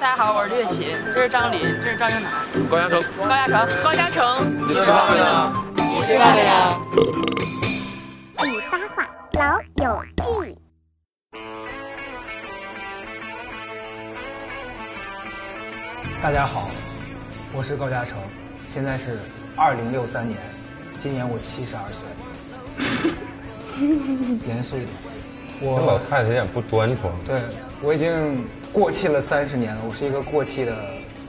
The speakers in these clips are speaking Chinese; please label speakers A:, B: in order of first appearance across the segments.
A: 大家好，我是岳喜，这是张琳，这是张英楠，
B: 高嘉诚，
A: 高嘉诚，高嘉诚，
B: 你吃饭没呢？
A: 你吃饭没有？
C: 第八话《老友记》。
D: 大家好，我是高嘉诚，现在是二零六三年，今年我七十二岁。 严肃一点，
B: 这老太
D: 我
B: 哦太有点不端庄。
D: 对我已经过气了三十年了，我是一个过气的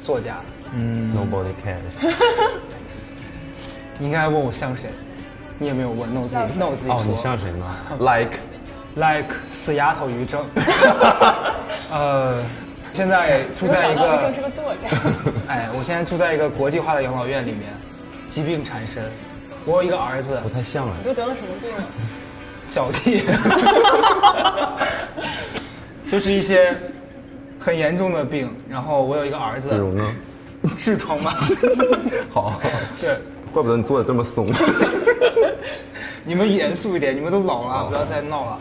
D: 作家。嗯，
B: Nobody cares。
D: 你应该问我像谁，你也没有问，那我自己那我自己说。
B: 哦，你像谁呢？Like，
D: like 死丫头于正。呃，现在住在一个，
E: 正是个作家，
D: 哎，我现在住在一个国际化的养老院里面，疾病缠身。我有一个儿子
B: 不，太像哎。
E: 都得了什么病了？
D: 脚气， 就是一些很严重的病。然后我有一个儿子
B: 比，如呢？
D: 痔疮嘛。
B: 好，
D: 对，
B: 怪不得你坐的这么松。
D: 你们严肃一点，你们都老
E: 哦
D: 了，不要再闹了。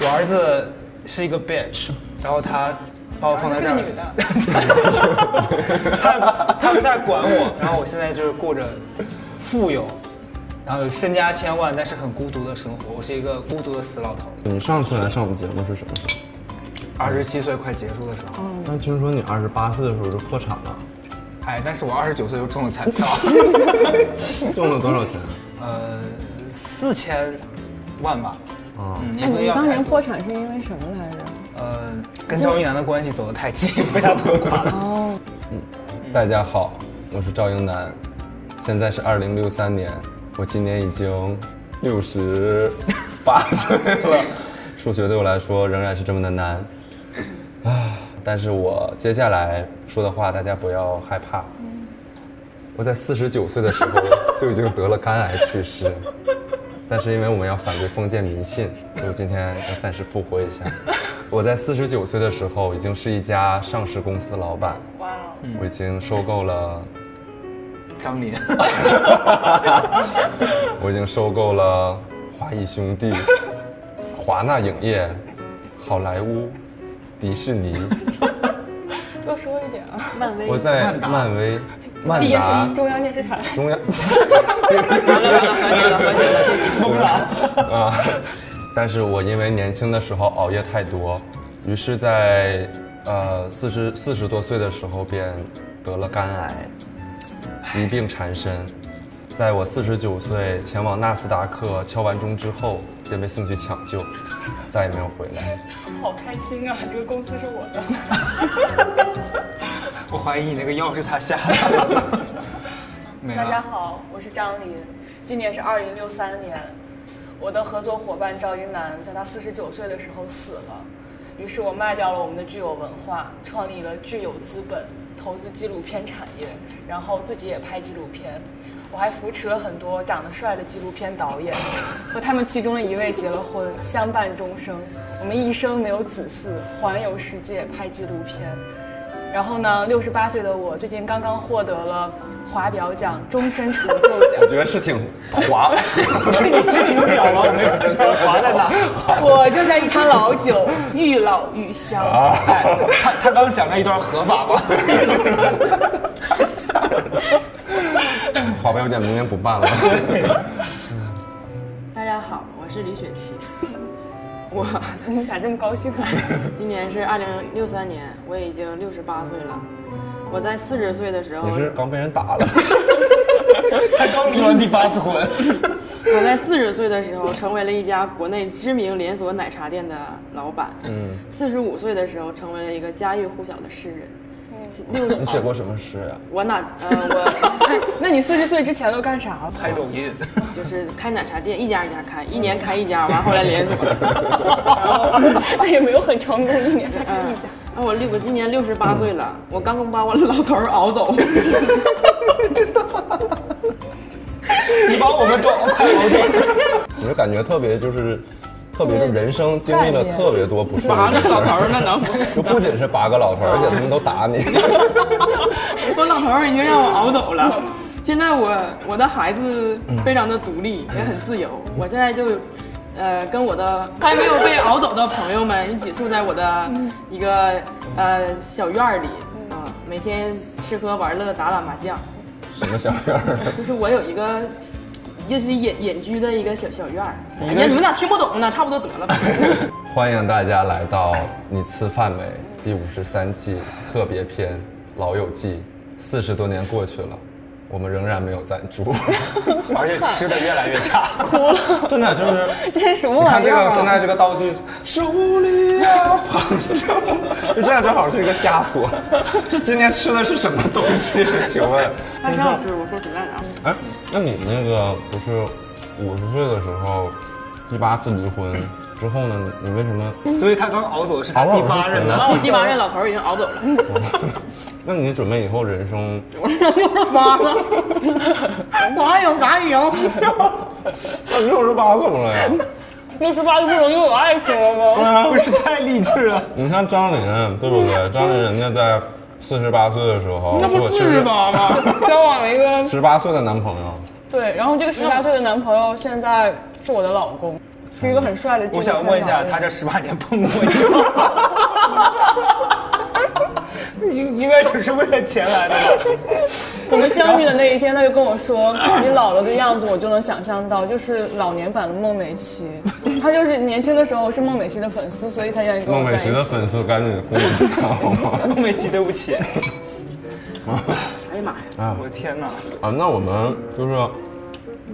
D: 我儿子是一个 bitch，然后他把我放在
E: 是
D: 这
E: 个
D: 儿，
E: 女的，
D: 他他不再管我，然后我现在就是过着富有，然后身家千万，但是很孤独的生活。我是一个孤独的死老头，
B: 你上次来上我们节目是什么时候？
D: 二十七岁快结束的时候，
B: 但听说你二十八岁的时候就破产了，
D: 哎，但是我二十九岁就中了彩票，
B: 中了多少钱？啊
D: 呃，四千万吧，
B: 啊，
D: 嗯，也
E: 哎，
D: 不能
E: 你
D: 要
E: 当
D: 太
E: 年
D: 多。
E: 破产是因为什么来着？
D: 呃，跟赵一楠的关系走得太近，被他拖垮了。
E: 哦，
B: 大家好，我是赵英男，现在是二零六三年，我今年已经六十八岁了。数学对我来说仍然是这么的难，啊！但是我接下来说的话，大家不要害怕。我在四十九岁的时候就已经得了肝癌去世，但是因为我们要反对封建迷信，所以我今天要暂时复活一下。我在四十九岁的时候已经是一家上市公司的老板，
E: 哇哦，
B: 我已经收购了，
D: 张琳，
B: 我已经收购了华谊 兄弟、华纳影业、好莱坞、迪士尼，
E: 多说一点啊！
A: 漫威
B: 我在漫威、万
E: 毕业
B: 达
E: 是、中央电视台，
B: 中央
A: 完了完了，和解了和解了，
D: 疯了。
B: 啊。 但是我因为年轻的时候熬夜太多，于是在呃四十四十多岁的时候便得了肝癌，疾病缠身。在我四十九岁前往纳斯达克敲完钟之后，便被送去抢救，再也没有回来。
E: 好开心啊！ 这个公司是我的，
D: 我怀疑你那个药是他下的。没
F: 大
D: 了。
F: 家好，我是张琳，今年是二零六三年，我的合作伙伴赵英男在他四十九岁的时候死了，于是我卖掉了我们的具有文化，创立了具有资本，投资纪录片产业，然后自己也拍纪录片，我还扶持了很多长得帅的纪录片导演，和他们其中的一位结了婚，相伴终生，我们一生没有子嗣，环游世界拍纪录片。然后呢，六十八岁的我最近刚刚获得了华表奖终身成就奖
B: 我。觉得是挺 滑，
D: 这挺屌了，我没有说滑 在哪。
F: 我就像一坛老酒，愈老愈香。
D: 哎他他刚讲了一段合法吗？
B: 滑白有点明年不办了。
E: 大家好，我是李雪琪，
F: 我，你咋这么高兴啊？
E: 今年是二零六三年，我已经六十八岁了。我在四十岁的时候
B: 你，是刚被人打了？
D: 他刚离完第八次婚。
E: 我在四十岁的时候成为了一家国内知名连锁奶茶店的老板。
B: 嗯，
E: 四十五岁的时候成为了一个家喻户晓的诗人。六
B: 你写过什么诗啊呀、
E: 我哪呃我
F: 那你四十岁之前都干啥了？
D: 拍抖音，
E: 就是开奶茶店，一家一家开，一年开一家，完后来连锁。
F: 哦 那也没有很成功，一年才开
E: 嗯
F: 一家。，
E: 啊，我六我今年六十八岁了，我刚刚把我老头儿熬 走。
D: 你把我们都快熬掉。
B: 我就感觉特别就是，特别是人生经历了特别多不顺
E: 拔
B: 利
E: 那
B: 的事
E: 老头儿
B: 儿，
E: 呢能？
B: 就不仅是八个老头儿，而且他们都打你。
E: 我老头儿已经让我熬走了。现在我我的孩子非常的独立，也很自由。我现在就，呃，跟我的还没有嗯被熬走的朋友们一起住在我的一个呃小院儿里。每天吃喝玩乐，打打麻将。
B: 什么小院儿？
E: 就是我有一个，就是隐隐居的一个小小院儿。
D: 一
E: 哎
D: 个
E: 呀，你们咋听不懂呢？差不多得 了吧。
B: 欢迎大家来到《你吃饭没》第五十三季特别篇《老友记》。四十多年过去了，我们仍然没有赞 助，
D: 而且吃的越来越差。
B: 真的就是
E: 这是什么
B: 你看
E: 玩意
B: 这
E: 儿
B: 个现
E: 啊？
B: 在这个道具，手 里呀捧着，就这样正好是一个枷锁。这今天吃的是什么东西？请问？
E: 还挺好吃，我说实在的啊。
B: 哎，那你那个不是五十岁的时候第八次离婚之后呢？你为什么？
D: 所以他刚熬走的是他第八任
E: 然
D: 呢。
E: 后我第八任老头儿已经熬走 了，
B: 那你准备以后人生
E: 就是 八 个，我还有啥赢？
B: 六十八怎么了呀？
E: 六十八就不容易有爱情了吗？
D: 不是太励志了，
B: 你看张琳，对不对？张琳人家在四十八岁的时
E: 嗯
B: 候，
E: 那不四十八吗？
F: 交往了一个
B: 十八岁的男朋友，
F: 对，然后这个十八岁的男朋友现在是我的老公，是一个很帅的。
D: 我想问一下，他，这十八年碰过你吗？ 应应该只是为了钱来的吧。
F: 我们相遇的那一天，他就跟我 说：“你老了的样子，我就能想象到，就是老年版的孟美岐。 他就是年轻的时候是孟美岐的粉丝，所以才愿意跟
B: 孟
F: 我
B: 美
F: 在
B: 岐
F: 一
B: 的
F: 起。
B: 粉丝赶紧过来好 吗？
D: 孟美岐，对不起，
E: 哎呀妈呀！
D: 我的天哪！
B: 啊，那我们就是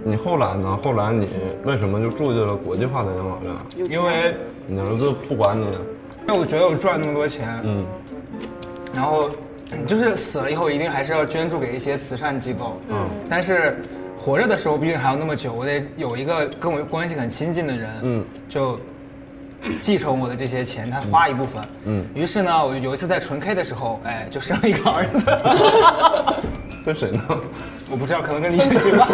B: 你后来呢？后来你为什么就住进了国际化的养老院？
D: 因为
B: 你儿子不管你，
D: 因为我觉得我赚那么多钱，嗯，然后就是死了以后一定还是要捐助给一些慈善机构，嗯，但是活着的时候毕竟还有那么久，我得有一个跟我关系很亲近的人，嗯，就继承我的这些钱，他花一部分，嗯，于是呢，我就有一次在纯 K 的时候，哎，就生了一个儿子，
B: 跟谁呢？
D: 我不知道，可能跟李雪琴吧，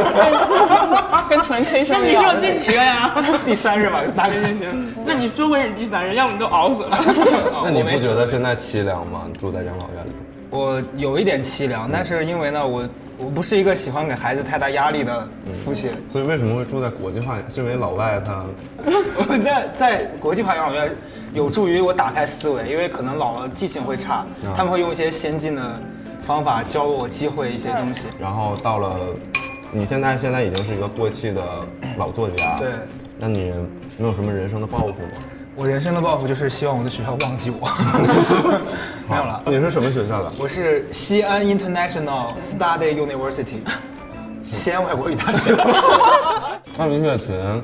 F: 跟纯 K
E: 哎那
F: 生
E: 你
F: 一
E: 说
F: 样的
E: 这几个呀？
D: 第三任吧，大概
E: 行行，那你说我也是第三 人，要么你都熬死了。
B: 那你不觉得现在凄凉吗？你住在养老院里，
D: 我有一点凄凉，但是因为呢，我我不是一个喜欢给孩子太大压力的父亲。
B: 所以为什么会住在国际化？是因为老外他
D: 我 在在国际化养老院有助于我打开思维，因为可能老了记性会差，他们会用一些先进的方法教我机会一些东西。
B: 然后到了，你现在现在已经是一个过气的老作家，
D: 对
B: 那你你有什么人生的抱负吗？
D: 我人生的抱负就是希望我的学校忘记我。没有了，
B: 你是什么学校的？
D: 我是西安 International Study University，西安外国语大学。
B: 那林雪琴，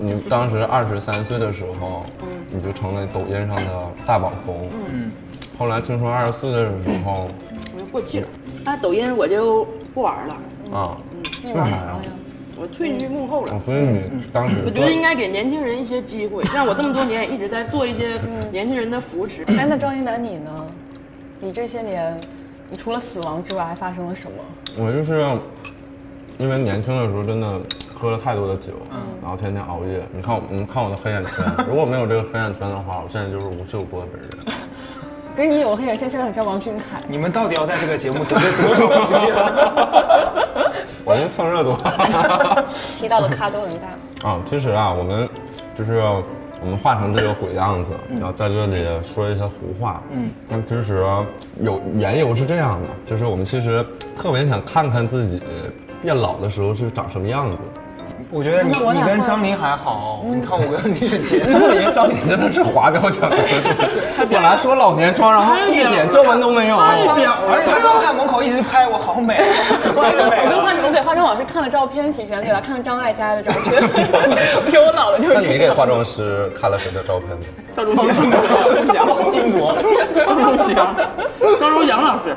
B: 你当时二十三岁的时候，你就成了抖音上的大网红，嗯，后来听说二十四岁的时候，
E: 我就过气了，那抖音我就不玩了，
B: 啊，
D: 嗯
B: 为啥呀？
E: 我退居幕后了
B: 哦。所以你当时
E: 我觉得应该给年轻人一些机会，像我这么多年一直在做一些年轻人的扶 持。
F: 哎，那张一楠你呢？你这些年，你除了死亡之外还发生了什么？
B: 我就是因为年轻的时候真的喝了太多的酒，然后天天熬夜。你看我，你们看我的黑眼圈， 如果没有这个黑眼圈的话，我现在就是无事不过本人。
F: 可是你有黑眼线，现在很像王俊凯。
D: 你们到底要在这个节目得罪多少东西啊？
B: 我就蹭热度。
F: 提到的咖都很大。
B: 啊，其实啊，我们就是我们画成这个鬼样子，然后在这里说一些胡话。嗯，但其实有缘由是这样的，就是我们其实特别想看看自己变老的时候是长什么样子。
D: 我觉得你
F: 我俩嗯
D: 你跟张琳还好，你看我跟李 雪 琴，张琳张琳
B: 真的是华表讲的，本来说老年妆，然后一点皱纹都没有。
D: 哎而且他刚在门口一直拍我，好美，
F: 我
D: 太美
F: 我跟
D: 了。
F: 化我给化妆老师看了照片，提前给他 看了张艾嘉的照片。 我说我老了就是
B: 那
F: 这
B: 你
F: 样。
B: 给化妆师看了谁的照片 呢？
E: 赵忠祥， 赵忠祥，
D: 好清楚，
E: 赵忠 祥，赵忠祥老师，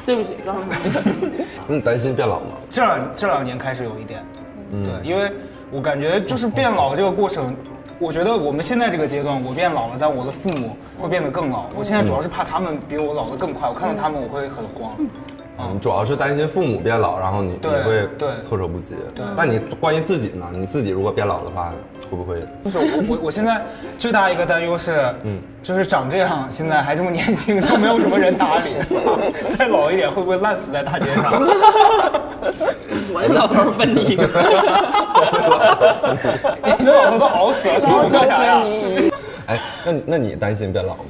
E: 对不起，赵忠祥，
B: 你嗯担心变老吗？
D: 这两这两年开始有一点，对，因为我感觉就是变老这个过程，我觉得我们现在这个阶段我变老了，但我的父母会变得更老。我现在主要是怕他们比我老得更快，我看到他们我会很慌。
B: 嗯，主要是担心父母变老，然后你你
D: 对
B: 会
D: 对
B: 措手不及。那你关于自己呢？你自己如果变老的话，会不 会？
D: 就是我我我现在最大一个担忧是，嗯，就是长这样，现在还这么年轻，都没有什么人搭 理，再老一点会不会烂死在大街 上？
E: 我的老头儿分你一个，
D: 你的老头都熬死了，你管我干啥呀？
B: 哎，那你那你担心变老吗？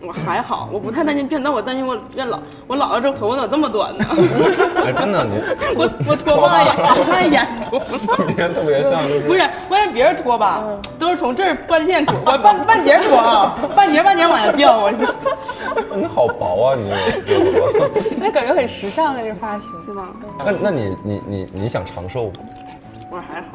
E: 我还好，我不太担心变，但我担心我变老。我老了之后头发怎么这么短 呢？
B: 哎，真的 你
E: 我我脱发也太严重了。
B: 今天特别像就是
E: 不是，关键别人脱吧，都是从这儿半线脱，我半嗯 半截脱啊， 半截半截往下掉 啊。
B: 你好薄啊，你这
G: 那感觉很时尚
F: 啊
G: 的这发型。
E: 对吧？
B: 那那你你你你想长寿吗？
E: 我还好，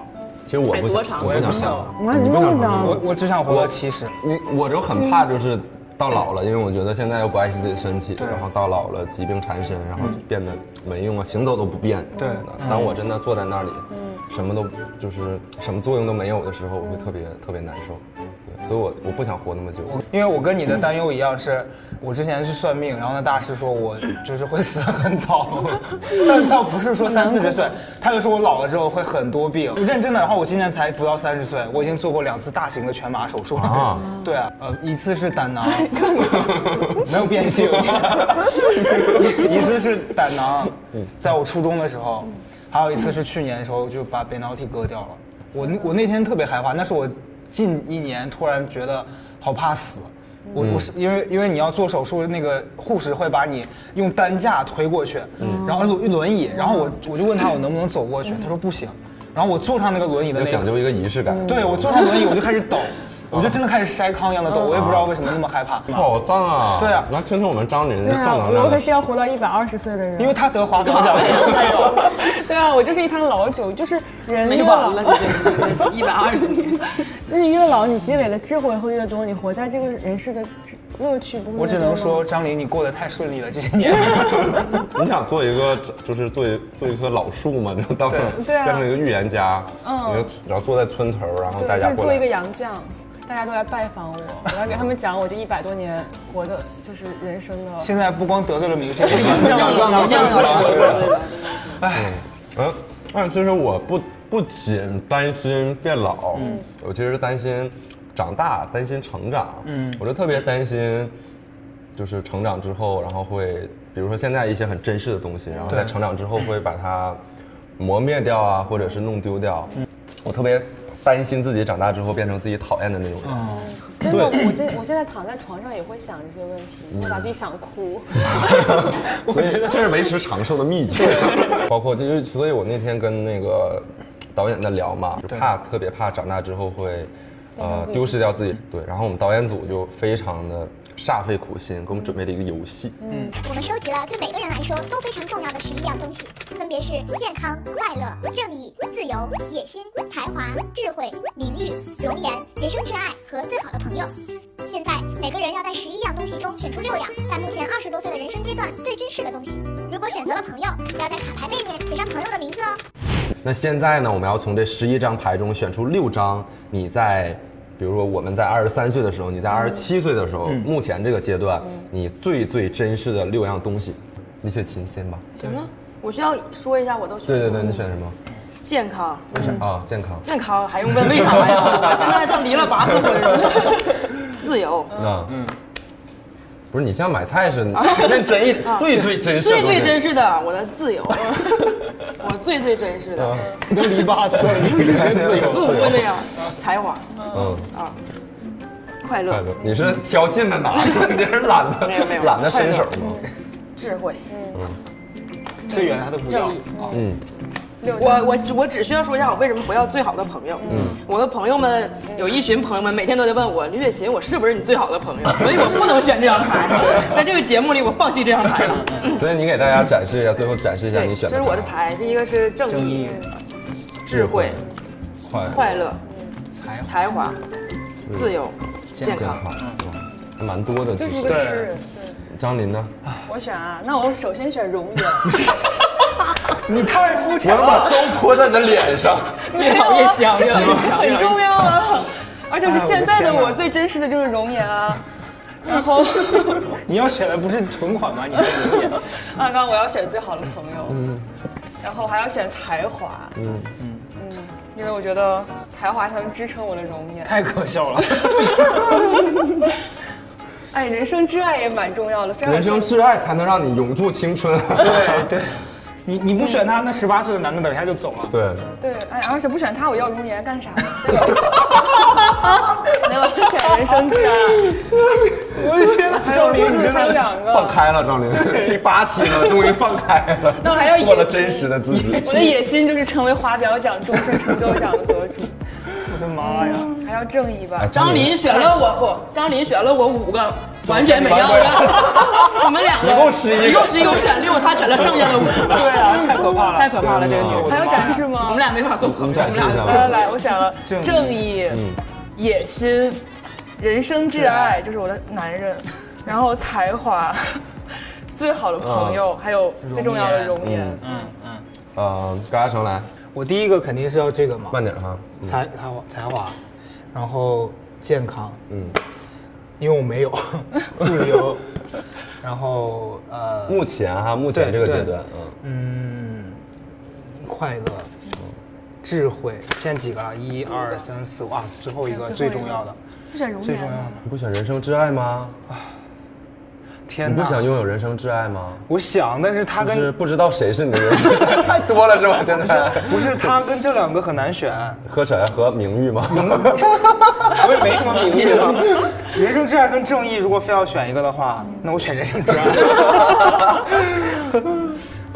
B: 其实我不
A: 多
B: 想，
A: 长
B: 我不想
D: 我也不
B: 长，
G: 哇
B: 你不
G: 你那
B: 想
G: 么
B: 长
G: 长
B: 寿
D: 我。我只想活到七十。
B: 你我就很怕就是到老了，因为我觉得现在又不爱惜自己身体，
D: 对
B: 然后到老了疾病缠身，然后就变得没用啊，行走都不便。
D: 对
B: 当我真的坐在那里，
G: 嗯
B: 什么都就是什么作用都没有的时候，我会特别特别难受。对，所以我我不想活那么久。
D: 因为我跟你的担忧一样，是我之前去算命，然后那大师说我就是会死得很早， 但倒不是说三四十岁，他就说我老了之后会很多病。认真的，然后我今年才不到三十岁，我已经做过两次大型的全麻手术了。
B: 啊
D: 对啊，呃，一次是胆囊，没有变性，一一次是胆囊，
B: 嗯
D: 在我初中的时候，还有一次是去年的时候就把扁桃体割掉了。我那我那天特别害怕，那是我近一年突然觉得好怕死。我
B: 嗯
D: 我是因为因为你要做手术，那个护士会把你用担架推过去，
B: 嗯
D: 然后轮轮椅，然后我我就问他我能不能走过去，他说不行，然后我坐上那个轮椅的
B: 要
D: 那
B: 讲
D: 个，
B: 究一个仪式感。
D: 对我坐上轮椅我就开始抖，我就真的开始筛糠一样的抖，我也不知道为什么那么害怕。
B: 好脏啊！
D: 对啊
B: 来听听我们张琳
G: 对
B: 的
G: 啊，
B: 正能
G: 我
B: 量
G: 可
B: 的。
G: 是要活到一百二十岁的人。
D: 因为他得华表奖，
G: 对啊，我就是一坛老酒，就是人
E: 没
G: 越
E: 完
G: 老
E: 了，你这一百二十 年。
G: 就是越老，你积累的智慧会越多，你活在这个人世的智乐趣不会越多吗。
D: 我只能说张琳你过得太顺利了这些年。
B: 你想做一个，就是做一做一棵老树嘛，然后当成
G: 对啊嗯
B: 变成一个预言家，你就然后坐在村头，然后大
G: 对，就
B: 家
G: 是
B: 过
G: 做一个
B: 来。
G: 杨绛，大家都来拜访我，我要给他们讲我这一百多年活的，就是人生的。
D: 现在不光得罪了明星，
E: 老样子了，对吧？
B: 嗯，但其实我不不仅担心变老，我其实担心长大，担心成长。嗯，我就特别担心，就是成长之后，然后会，比如说现在一些很珍视的东西，然后在成长之后会把它磨灭掉啊，或者是弄丢掉。我特别担心自己长大之后变成自己讨厌的那种人。
G: 真的，我这我现在躺在床上也会想这些问题，我把自己想哭。
E: 嗯
B: 所以这是维持长寿的秘诀。包括就是，所以我那天跟那个导演在聊嘛，就怕特别怕长大之后会，呃，丢失掉自己。对，然后我们导演组就非常的煞费苦心，给我们准备了一个游戏。
C: 我们收集了对每个人来说都非常重要的十一样东西，分别是健康、快乐、正义、自由、野心、才华、智慧、名誉、容颜、人生挚爱和最好的朋友。现在每个人要在十一样东西中选出六样，在目前二十多岁的人生阶段最珍视的东西。如果选择了朋友，要在卡牌背面写上朋友的名字哦。
B: 那现在呢，我们要从这十一张牌中选出六张，你在，比如说我们在二十三岁的时候，你在二十七岁的时候，目前这个阶段，你最最珍视的六样东西。李雪琴先吧。
E: 我需要说一下，我都选
B: 对对对，你选什么？
E: 健康，
B: 为啥啊？健康。
E: 健康还用问为啥呀？ 我现在正离了八次婚， 自由，
B: 啊，嗯，不是你像买菜似的，认真一点，最最真实的
E: 最
B: 东西，
E: 啊最真实的我的自由， 我最最真实的，
D: 你都篱笆死了，你肯定自由。
E: 不会那样，才华
B: 嗯，
E: 啊，快
B: 快
E: 乐，
B: 乐，你是挑近的 拿，你是懒
E: 没有没
B: 得
E: 有
B: 懒得伸手吗？
E: 智慧。
D: 最远他都不要。
B: 嗯，
E: 我我我只需要说一下，我为什么不要最好的朋友？嗯，我的朋友们有一群朋友们每天都在问我，李雪琴，我是不是你最好的 朋友？所以我不能选这张 牌，在这个节目里我放弃这张牌了。
B: 所以你给大家展示一下，最后展示一下你选
E: 这是我的，牌，第一个是正义、智慧、
B: 快
E: 快乐、
D: 才华
E: 嗯才华、自由、健
B: 健
E: 康。
B: 康，嗯还蛮多的。
G: 就
B: 其
G: 是一
B: 实
G: 个诗。
B: 张琳呢？
G: 我选啊，那我首先选容颜。
D: 你太肤
B: 我
D: 浅
B: 要
D: 了。
B: 把粥泼在你的脸 上。
E: 越老越香，越老哎越香。
G: 很重要啊。而且是现在的我最真实的就是容颜啊，然后啊，
D: 你要选的不是存款吗？你这个人
G: 刚刚我要选最好的朋友，然后还要选才华，嗯嗯因为我觉得才华才能支撑我的容颜。
D: 太可笑了。
G: 哎，人生挚爱也蛮重要的，虽然
B: 人生挚爱才能让你永驻青春。
D: 对对，你你不选他，那十八岁的男的等一下就走了。
B: 对，
G: 对，哎，而且不选他，我要容颜干啥呀？真的 没有选人生之爱，啊
D: 我的天哪，赵林，你真
G: 还有
D: 的
G: 两
B: 放
G: 个，
B: 开了，赵琳，第八期了，终于放开了，
G: 那我还要
B: 做了
G: 野心
B: 真实的自己。
G: 我的野心就是成为华表奖终身成就奖的得主，
D: 我的妈呀！
G: 还要啊正义吧
B: 哎？
E: 张琳选了我不，张琳选了我五个，完全没要了。 我们两个
B: 一共11个
E: 一共十一个，我选六，他选了剩下的五
D: 对
E: 个，
D: 啊，太可怕了，
E: 太可怕了，这个女
B: 对
E: 人。
G: 还要展示
E: 我
G: 吗
E: 们？俩没法做
B: 我
E: 朋友，
B: 们展示一下
G: 来来
B: 吧。
G: 来，我选了
D: 正义
G: 正义、野心、人生挚爱，
B: 嗯
G: 就是我的男人，然后才华、 最好的朋
B: 嗯
G: 友，还有最重要的容颜。
D: 嗯嗯，
B: 呃，高嘉诚来，
D: 我第一个肯定是要这个嘛，
B: 慢嗯点哈。
D: 才才华才华，然后健康，
B: 嗯，
D: 因为我没有 自由，然后呃，
B: 目前哈，目前这个阶段，嗯，
D: 嗯，快乐，智慧，现在几个了？一二三四五啊，最后一个最重要的，
G: 不选容
D: 最
G: 颜
D: 重要的。
B: 你不选人生挚爱吗？你
D: 天
B: 不
D: 哪！
B: 想拥有人生挚爱吗？
D: 我想，但是他
B: 就
D: 跟
B: 是不知道谁是你的人生挚爱，太多了是 吧？现在
D: 不是他跟这两个很难选，
B: 和谁？和名誉吗？
D: 我也没什么名誉嘛。人生挚爱跟正义，如果非要选一个的话，那我选人生挚 爱。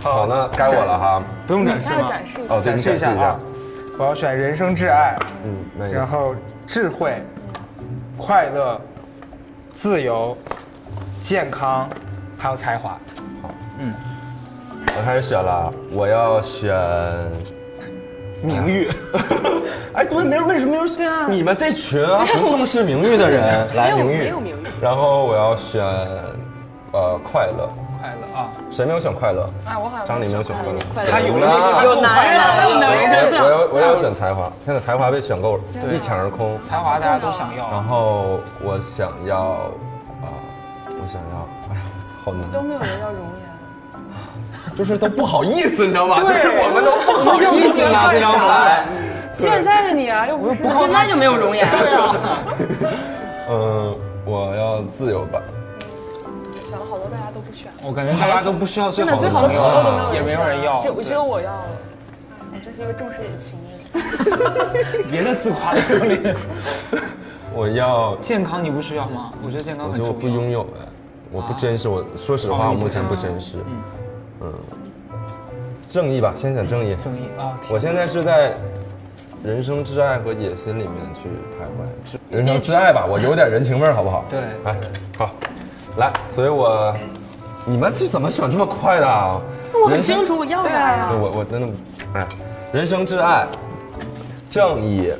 B: 好，那该我了哈。
D: 不用展示
G: 那要
D: 吗？
G: 展示一下
B: 哦，对，
D: 展
B: 你
D: 示
B: 展
D: 一
B: 示
D: 下
B: 一下
D: 啊。！我要选人生挚爱，
B: 嗯，那
D: 然
B: 个
D: 后智慧、快乐、自由、健康，还有才华。
B: 我开始选了，啊我要选名誉。哎，对，没人为什么没人选？你们这群啊，不重视名誉的人，来名 誉，没有名誉。然后我要选呃快乐，
D: 快乐啊，
B: 谁没有选快乐？
G: 啊，我好像
B: 张琳没有选快乐，
D: 他有了
B: 啊
D: 那些，他够
E: 有男
D: 快乐
E: 人，
D: 了
E: 有男人。
B: 我要我要选才华，现在才华被选够了，一抢而空。
D: 才华大家都想要啊
B: 然。后我想要啊、我想要，哎呀，我操好
G: 都
B: 难，
G: 没有人要容颜。
B: 就是都不好意思，你知道吗？就是我们都不好意思拿这张
D: 啊
B: 牌。
G: 现在的你啊，又不是
E: 现在就没有容颜，
B: 啊嗯，我要自由吧。
G: 选了好多，大家都不选。
D: 我感觉大家都不需要最
G: 真的
D: 好
G: 最
D: 的
G: 好的
D: 朋
G: 朋
D: 友
G: 友都没
D: 了，
G: 有
D: 也没有人要。
G: 这我只有我要了。你真是一个重视你的情人。
D: 别再自夸了，这里。
B: 我要，
D: 健康你不需要吗？我觉得健康
B: 我
D: 很重
B: 就
D: 要。
B: 不拥有哎，我不珍视。我说实话，
D: 哦
B: 我
D: 你不
B: 目前不珍视。嗯，正义吧，先选正义。
D: 正义啊，
B: 我现在是在人生挚爱和野心里面去徘徊。是人生挚爱吧，我有点人情味儿，好不好？
D: 对
B: 哎，好，来，所以我，你们是怎么选这么快的啊？
E: 我很
B: 人生
E: 清楚我要啥呀。
B: 我我真的，哎，人生挚爱、正义、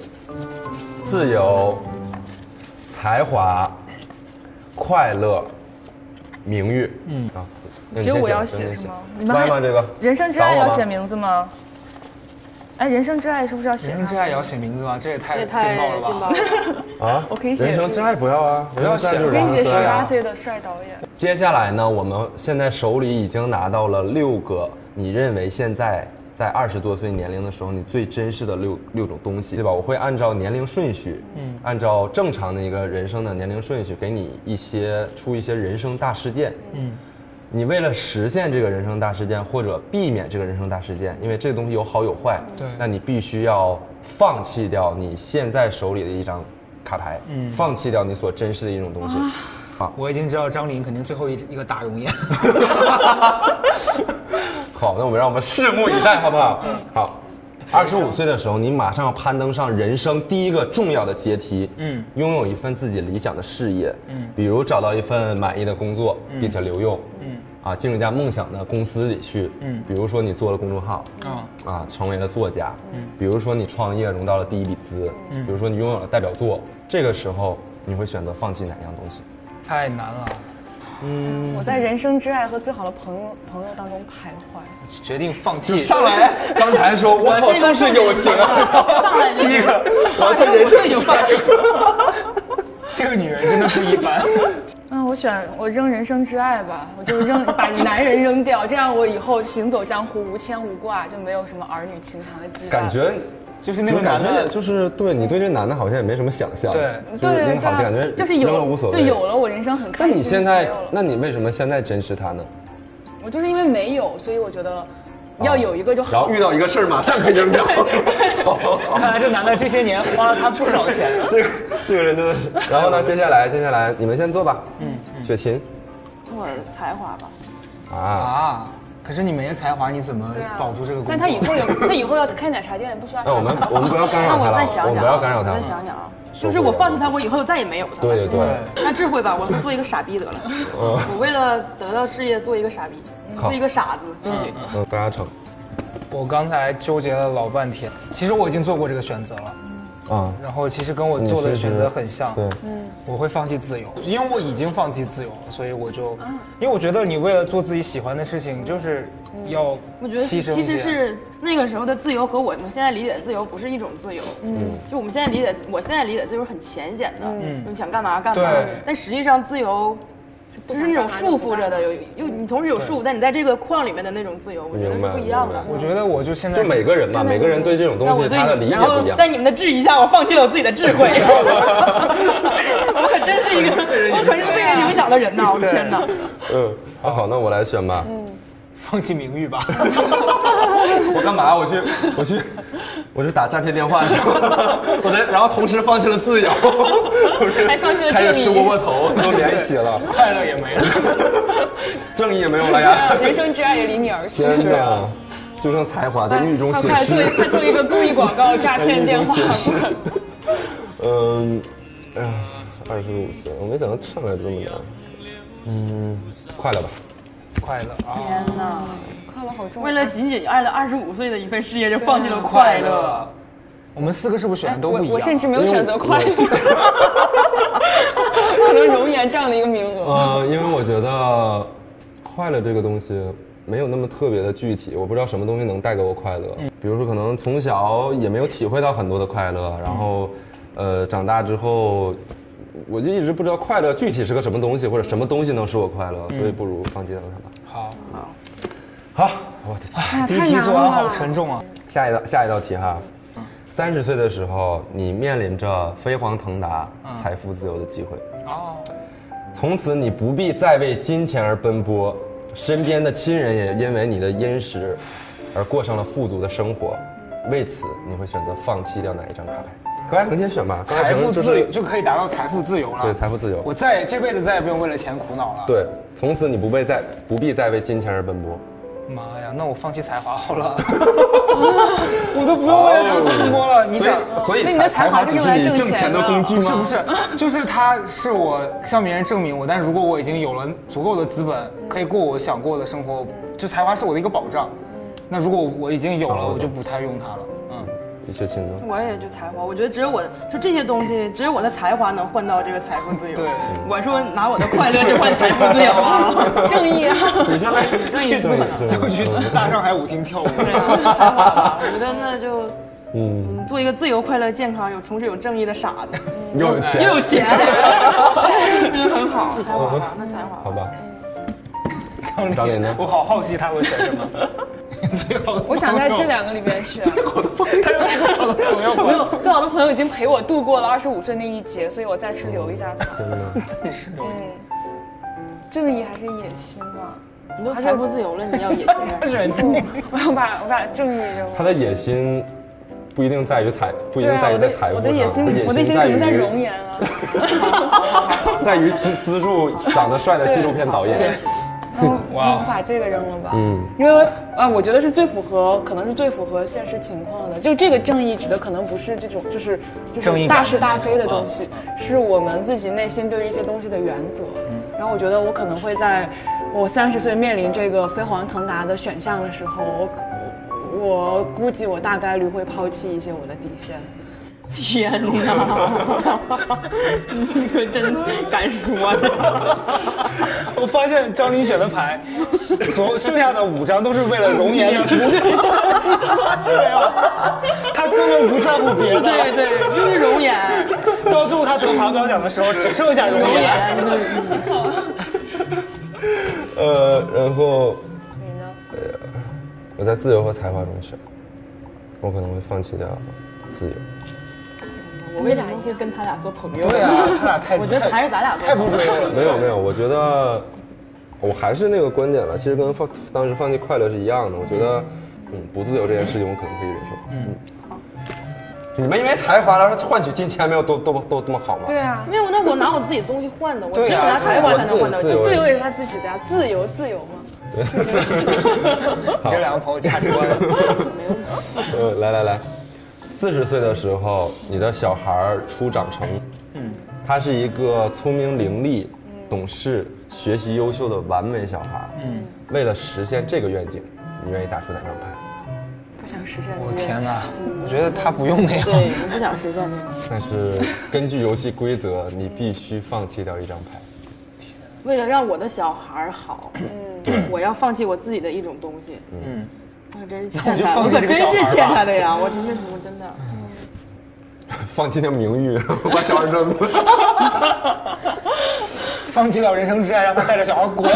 B: 自由、才华、快乐、名誉，嗯啊，那你
G: 结果
B: 先
G: 我要
B: 选那
G: 写
B: 你
G: 是吗
B: 写
G: 你们还
B: 歪吗？这个
G: 人生挚爱
B: 挡我
G: 要
B: 吗
G: 写名字吗？哎，人生挚爱是不是要写
D: 人生
G: 他？
D: 挚爱也要写名字吗？这也太
E: 这
D: 劲
E: 太
D: 爆了吧！
B: 啊，
G: 我可以写
B: 人生挚爱不要啊，不
D: 要写
B: 就是
G: 给
B: 人
G: 你
B: 生
G: 写
B: 挚爱
G: 十八
B: 啊。
G: 岁的帅导演。
B: 接下来呢，我们现在手里已经拿到了六个，你认为现在在二十多岁年龄的时候，你最珍视的六六种东西，对吧？我会按照年龄顺序，嗯，按照正常的一个人生的年龄顺序，给你一些出一些人生大事件，嗯。你为了实现这个人生大事件，或者避免这个人生大事件，因为这个东西有好有坏，
D: 对
B: 那你必须要放弃掉你现在手里的一张卡牌，嗯，放弃掉你所珍视的一种东西，啊，
D: 我已经知道张琳肯定最后一一个打容颜。
B: 好，那我们让我们拭目以待，好不好？好。二十五岁的时候，你马上要攀登上人生第一个重要的阶梯，嗯，拥有一份自己理想的事业，嗯，比如找到一份满意的工作，并且留用，嗯，啊，进入一家梦想的公司里去，嗯，比如说你做了公众号，
D: 啊，
B: 啊，成为了作家，比如说你创业融到了第一笔资，比如说你拥有了代表作，这个时候你会选择放弃哪样东西？
D: 太难了，
G: 我在人生挚爱和最好的朋友朋友当中徘徊。
D: 决定放弃。
B: 上来 刚才说，我好重视友情啊，
E: 上来就
B: 第一 个，
E: 我
B: 我在人生
E: 有饭。
D: 这个女人真的不一 般。
G: 嗯，我选我扔人生挚爱吧，我就扔把男人扔掉，这样我以后行走江湖无牵无挂，就没有什么儿女情长的羁绊。
B: 感觉
D: 就是那
B: 就
D: 个
B: 感
D: 男
B: 觉
D: 的，
B: 就是对你对这男的好像也没什么想象，
D: 对
B: 就是那个好像感觉
G: 就是
B: 扔了
G: 有
B: 无所
G: 就
B: 谓，
G: 有了，我人生很开
B: 那
G: 心。
B: 你现在
G: 没有，了
B: 那你为什么现在珍视他呢？
G: 我就是因为没有，所以我觉得
E: 要有一个就好。
B: 然后遇到一个事儿马上可以扔掉。
D: 看来这男的这些年花了他不少钱。
B: 这个这个人真的是。 然后呢，接下来接下来你们先坐吧。嗯，雪琴
E: 我才华吧，
B: 啊，
D: 啊，可是你没才华，你怎么保住这个工作？
F: 但他以后也，他以后要开奶茶店，也不需要。
B: 那我们 我们不要干
E: 那
B: 扰他
E: 我
B: 嗯了
E: 再想，想，
B: 我们不要干扰他
E: 我
B: 了
E: 再。想想啊，
B: 受
E: 就
B: 不了
E: 是我放弃他，我以后再也没有他。
B: 对对对，
E: 那智慧吧，我做一个傻逼得了。
B: 嗯
E: 我为了得到事业，做一个傻逼，
B: 好
E: 做一个傻子，争取。
B: 嗯，大家成
D: 我刚才纠结了老半天，其实我已经做过这个选择了，
B: 啊，
D: 然后其实跟我
B: 你
D: 做的
B: 是
D: 选
B: 指
D: 择很像。
B: 对，
D: 我会放弃自由，因为我已经放弃自由了，所以我就，
E: 嗯
D: 因为我觉得你为了做自己喜欢的事情，就是要
E: 嗯我觉得
D: 牺牲
E: 其
D: 一
E: 实
D: 些
E: 是那个时候的自由和我们现在理解的自由不是一种自由。嗯，就我们现在理解，我现在理解自由是很浅显的，嗯，你想干嘛干嘛
D: 对。
E: 但实际上自由。就是那种束缚着的，有又你同时有束缚，但你在这个框里面的那种自由，我觉得
B: 明
E: 是
B: 白
E: 不一样的。
B: 明
D: 我觉得我就现在
B: 就每个人嘛，每个人对这种
E: 让
B: 东
E: 我
B: 西
E: 对
B: 他的理
E: 你，
B: 解
E: 然后
B: 不一样。
E: 在你们的质疑下，我放弃了我自己的智 慧。 我可真是一个，我可是被人影响的人呐！我的天哪！
B: 嗯，那好，那我来选吧。
D: 放弃名 誉吧。
B: 我干嘛？我去，我去，我去打诈骗电话去了。我在，然后同时放弃了自由，
E: 还放弃了
B: 开
E: 正
B: 始吃窝
E: 义，
B: 窝头，都连一起了，
D: 快乐也没了，
B: 正义也没有了呀！
F: 啊人生挚爱也离你而去。啊
B: 天哪，就剩才华在狱中
F: 快
B: 写
F: 快做一
B: 诗，
F: 快做一个公益广告，诈
B: 在
F: 骗
B: 狱
F: 电
B: 中
F: 话
B: 写。诗。嗯，哎呀，二十五岁，我没想到上来就这么难。嗯，快乐吧。
D: 快乐啊！
E: 天哪！
F: 快乐好重
E: 为了仅仅爱了二十五岁的一份事业，就放弃了快乐。。哎
D: 我们四个是不是选的都
F: 我
D: 不一样？啊
F: 我甚至没有选择快乐， 可能容颜占了一个名额。
B: 呃，因为我觉得快乐这个东西没有那么特别的具体，我不知道什么东西能带给我快乐。比如说，可能从小也没有体会到很多的快乐，然后，呃，长大之后，我就一直不知道快乐具体是个什么东西，或者什么东西能使我快乐，所以不如放弃掉它吧。
D: 好，
B: 好，我的天，
D: 第一题做完好沉重啊！
B: 下一道下一道题哈。
D: 嗯
B: 三十岁的时候，你面临着飞黄腾达、财富自由的机会。
D: 嗯哦，
B: 从此你不必再为金钱而奔波，身边的亲人也因为你的殷实而过上了富足的生活。为此，你会选择放弃掉哪一张卡牌？葛嘉诚先选吧。
D: 财富
B: 就
D: 自由
B: 是
D: 就可以达到财富自由了。
B: 对财富自由
D: 我再这辈子再也不用为了钱苦恼了。，
B: 啊对，从此你不被再不必再为金钱而奔波。
D: 妈呀，那我放弃才华 好了，我都不用为了他奔波了。你
B: 哦所
D: 想，
B: 以，所以
F: 所以你的才华
B: 只
F: 就是用来
B: 你
F: 挣
B: 挣
F: 钱
B: 钱的
F: 的
B: 工具
D: 啊不是
B: 吗？
D: 不是， 就是他是我向别人证明我，但如果我已经有了足够的资本，可以过我想过的生活，就才华是我的一个保障。那如果我已经有了，
B: 哦
D: 我就不太用它了。嗯，
B: 你学琴呢？
E: 我也就才华，我觉得只有我就这些东西，只有我的才华能换到这个财富自由。
D: 对，
E: 我说拿我的快乐去换财富自由啊！
F: 正义啊！
B: 你现在
E: 正义不可能。
D: 就去大上海舞厅跳舞。
E: 对啊太好了我觉得那就
B: 嗯，
E: 嗯做一个自由、快乐、健康、有同时有正义的傻子，
B: 又有钱
E: 又，有钱， 真的很好。才华吧，那才
B: 好
E: 华。
B: 吧？
D: 张
B: 张琳呢
D: 我好好奇他会选什 么。最好的，
F: 我想在这，两个里边选。
D: 他又是最好的朋友
F: 没有，最好的朋友已经陪我度过了二十五岁那一劫，所以我暂时留一下他。
B: 天哪！
D: 暂时留下。
F: 嗯，正义还是野心吧？
E: 你都财富自由了，你要野心啊？
D: 选
F: 我要把我把正义扔
B: 他
F: 了。
B: 的野心不一定在于财，不一
F: 对
B: 定
F: 啊，
B: 在
F: 我
B: 于在
F: 的
B: 财富
F: 我
B: 上，
F: 的野心，我的野心
B: 在
F: 怎
B: 于
F: 么在容颜啊？
B: 在于资资助长得帅的纪录片导演。
D: 哇
F: 我把这个扔了吧。
B: 嗯
F: 因为啊，我觉得是最符合，可能是最符合现实情况的。就这个正义指的可能不是这种，就是就
D: 正义
F: 是
D: 感啊
F: 大是大非的东西，是我们自己内心对于一些东西的原则。
D: 嗯
F: 然后我觉得我可能会在我三十岁面临这个飞黄腾达的选项的时候，我我估计我大概率会抛弃一些我的底线。
E: 天哪！你可真敢说呀！
D: 我发现张琳选的牌，所剩下的五张都是为了容颜的服 务。对啊，他根本不在乎别的。
E: 对对，就是容颜，
D: 到最后他得华标奖的时候，只剩下容
E: 容
D: 颜。
E: 颜，
B: 呃，然后呃
F: 你呢？
B: 我在自由和才华中选，我可能会放弃掉自由。
E: 我为什么会跟他俩做朋友？
D: 对啊，他俩太
E: 我觉得还是咱俩做
D: 太不
E: 朋友。
D: 追我了。
B: 没有没有，我觉得我还是那个观点了。其实跟放当时放弃快乐是一样的。我觉得嗯，不自由这件事情我可能可以忍受。嗯，你们因为才华然后换取金钱没有都都都这么好吗？对啊，
E: 没有，那我拿我自己东西换的，我只
D: 对
E: 有
D: 啊
E: 拿才华才能换到
B: 自由
E: 金
F: 自由也是他自己的呀，自由自由嘛。
D: 你这两个朋友价值观，
B: 呃，来来来，四十岁的时候，你的小孩儿初长成，嗯，他是一个聪明伶俐、
E: 嗯
B: 懂事、学习优秀的完美小孩儿，嗯，为了实现这个愿景，你愿意打出哪张牌？
F: 不想实现
D: 我
F: 这个
D: 天哪！我觉得他不用那样。
E: 对，我不想实现这个，
B: 但是根据游戏规则，你必须放弃掉一张牌。
E: 为了让我的小孩儿好，嗯，我要放弃我自己的一种东西，嗯，我真是欠
D: 那我就
E: 他，
D: 放
E: 我
D: 弃
E: 可
D: 这个
E: 真是
D: 小孩儿吧
E: 欠他的呀，我真是我真的，
B: 放弃掉名誉，然后把小孩 扔了。
D: 放弃掉人生挚爱，让他带着小孩滚。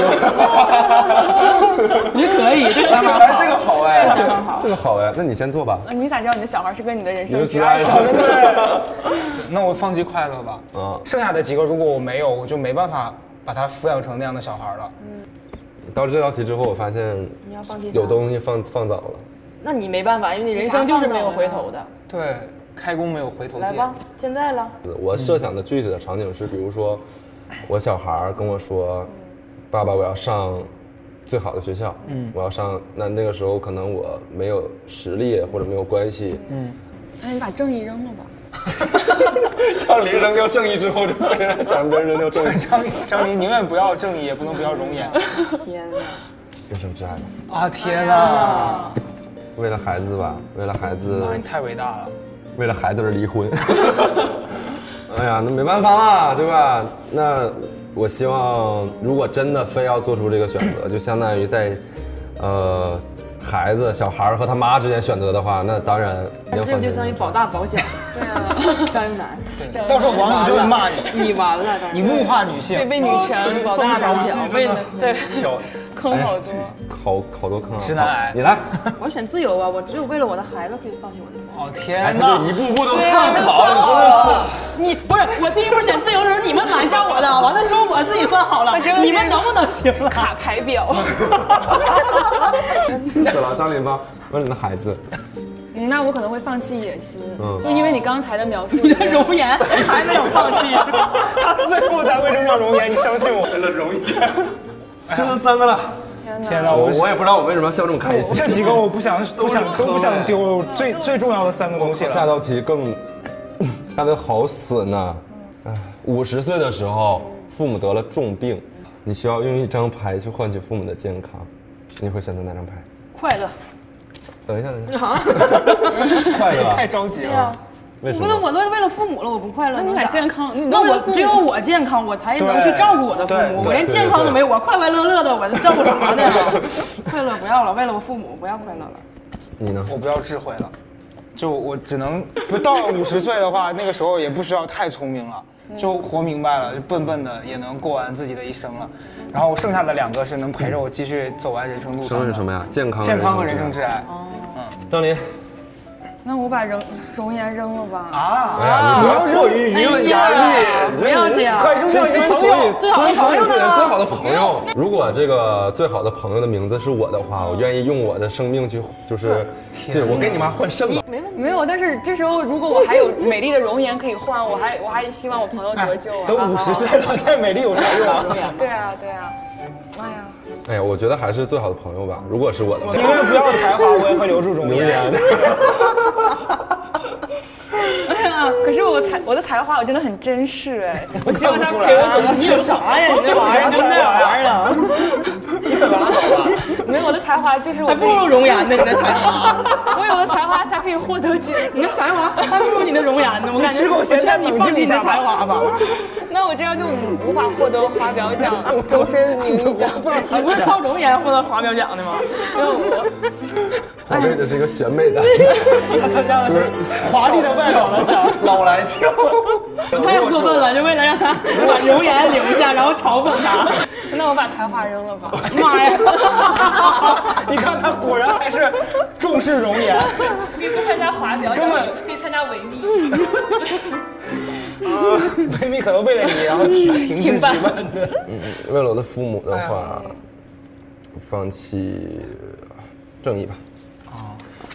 E: 你可以，这
B: 这个哎， 这个好哎，这个
E: 好
B: 这个好哎，那你先做吧。
G: 你咋知道你的小孩是跟你的人
B: 你就
G: 生
B: 只
G: 挚爱
B: 爱
G: 是
B: 上
G: 吧？
D: 那我放弃快乐吧。
B: 嗯，
D: 剩下的几个，如果我没有，我就没办法把他抚养成那样的小孩了。
B: 到这道题之后，我发现
E: 你要放弃他
B: 有东西放放早了。
E: 那你没办法，因为你人生就是没有回头的，
D: 对，开弓没有回头
E: 来
D: 箭。，
E: 吧，现在了，
B: 我设想的具体的场景是，比如说，我小孩儿跟我说：“爸爸，我要上最好的学校，嗯，我要上。”那那个时候可能我没有实力或者没有关系，嗯，
F: 哎，你把正义扔了吧。
B: 让林扔掉正义之后，就非常想跟扔掉 正义
D: 张张琳宁愿不要正义，也不能不要容颜。
E: 天哪，
B: 人生挚爱吧。
D: 啊天哪！
B: 为了孩子吧，为了孩子，
D: 啊你太伟大了。
B: 为了孩子而离婚。 哎呀，那没办法啦，对吧？那我希望，如果真的非要做出这个选 择，就相当于在，呃，孩子、小孩儿和他妈之间选择的话，那当然连
E: 这
B: 环
E: 个就相当于保大保小，对啊， 张一楠，
D: 对，到时候网友就会骂你，
E: 你完了，张一
D: 你
E: 楠
D: 物化女性。
G: 被女 权
E: 保大保小，为了对，
B: 坑好多，好好多坑啊！
D: 直男癌
B: 好你来，
E: 我选自由啊，我只有为了我的孩子可以放弃我的自由。
D: 哦
B: 哎，
D: 天
B: 他就
D: 哪！
B: 一步步都算好了，你真的是。
E: 你不是我第一步选自由的时候，你们拦下我的，完了说我自己算好了，你们能不能行啊了？卡牌表，
B: 气死了，张琳吧，问了孩子，
F: 嗯那我可能会放弃野心，
B: 嗯
F: 就因为你刚才的描述，
E: 你的 容颜还没有放弃，
D: 他最后才会扔掉容颜，你相信我。
B: 为了容易，这就三个了。
D: 天哪，
B: 哎我
D: 我
B: 我也不知道我为什么要笑这么开心。
D: 这几个我不想，不想
B: 坑
D: 都不
B: 哎
D: 想丢，最最重要的三个东西
B: 下
D: 了。
B: 道题更， 下道好损呐、唉，五十岁的时候，父母得了重病，你需要用一张牌去换取父母的健康，你会选择哪张牌？
E: 快乐。
B: 等一下，等一下，快乐
D: 太
B: 吧？
D: 着急了，
B: 为什
E: 不是，
B: 么？
E: 我都为了父母了，我不快乐。
F: 那你
E: 能
F: 把
E: 咋
F: 健康，你
E: 那
F: 我
E: 我只有我健康，我才能去照顾我的父母。
D: 对
E: 我连健康都没有，我快快乐乐的，我照顾啥呢？ 快乐不要了，为了我父母不要快乐了。
B: 你呢？
D: 我不要智慧了，就我只能不到了五十岁的话，那个时候也不需要太聪明了，
E: 嗯
D: 就活明白了，就笨笨的也能过完自己的一生了。然后剩下的两个是能陪着我继续走完人生路
B: 什
D: 上
B: 么
D: 的
B: 是什么呀？健康，
D: 健康和人生挚。
E: 哦
D: 爱
B: 张琳，
F: 那我把容容颜扔了吧。
D: 啊！
B: 哎呀，你不要过于舆论压力，
E: 哎不要这样，
D: 快扔掉你的朋友，
E: 最好的朋友
B: 自己
E: 呢
B: 的最好的朋友。如果这个最好的朋友的名字是我的话，我愿意用我的生命去，就是，对我跟你妈换肾吧。
F: 没有，但是这时候如果我还有美丽的容颜可以换，我还我还希望我朋友得救啊。
D: 哎都五十岁 了，再美丽有啥用啊？
F: 对啊对啊， 哎呀，
B: 哎呀，我觉得还是最好的朋友吧。如果是我的话，
D: 宁愿不要才华，我也会留住啊容
B: 留
D: 颜。
B: 言。
F: 不是啊，
G: 可是我才我的才华我真的很珍视哎，
D: 我希望他
G: 陪我走到
E: 你有啥呀？你这玩意儿
D: 啥
E: 就那玩意儿啊了，
F: 没有我的才华就是我
E: 还
F: 可
E: 不
F: 以，
E: 如容颜呢，你的才华，
F: 我有了才华才可以获得这。
E: 你的才华还不如你的容颜呢。我感觉
D: 吃口咸菜
E: 我劝你
D: 冷
E: 放
D: 静
E: 弃
D: 一
E: 你
D: 下
E: 的
D: 吧
E: 才华 吧。
F: 那我这样就无无法获得华表奖、终 身名誉奖。
E: 你不
D: 啊
E: 是靠容颜获得华表奖 的吗？
B: 我为的是一个选美 的，
D: 他参加的是华丽的外表了，老来俏。
E: 太过分了，就为了让 他把容颜留下，然后嘲讽他。
F: 那我把才华扔了吧。
E: 妈呀！
D: 你看他果然还是重视容颜。
F: 你不参加华表，
D: 根本
F: 可以参加维 密。
D: 维密 可能为了你，然后举啊停止举办。
B: 哎为了我的父母的话，放弃正义吧。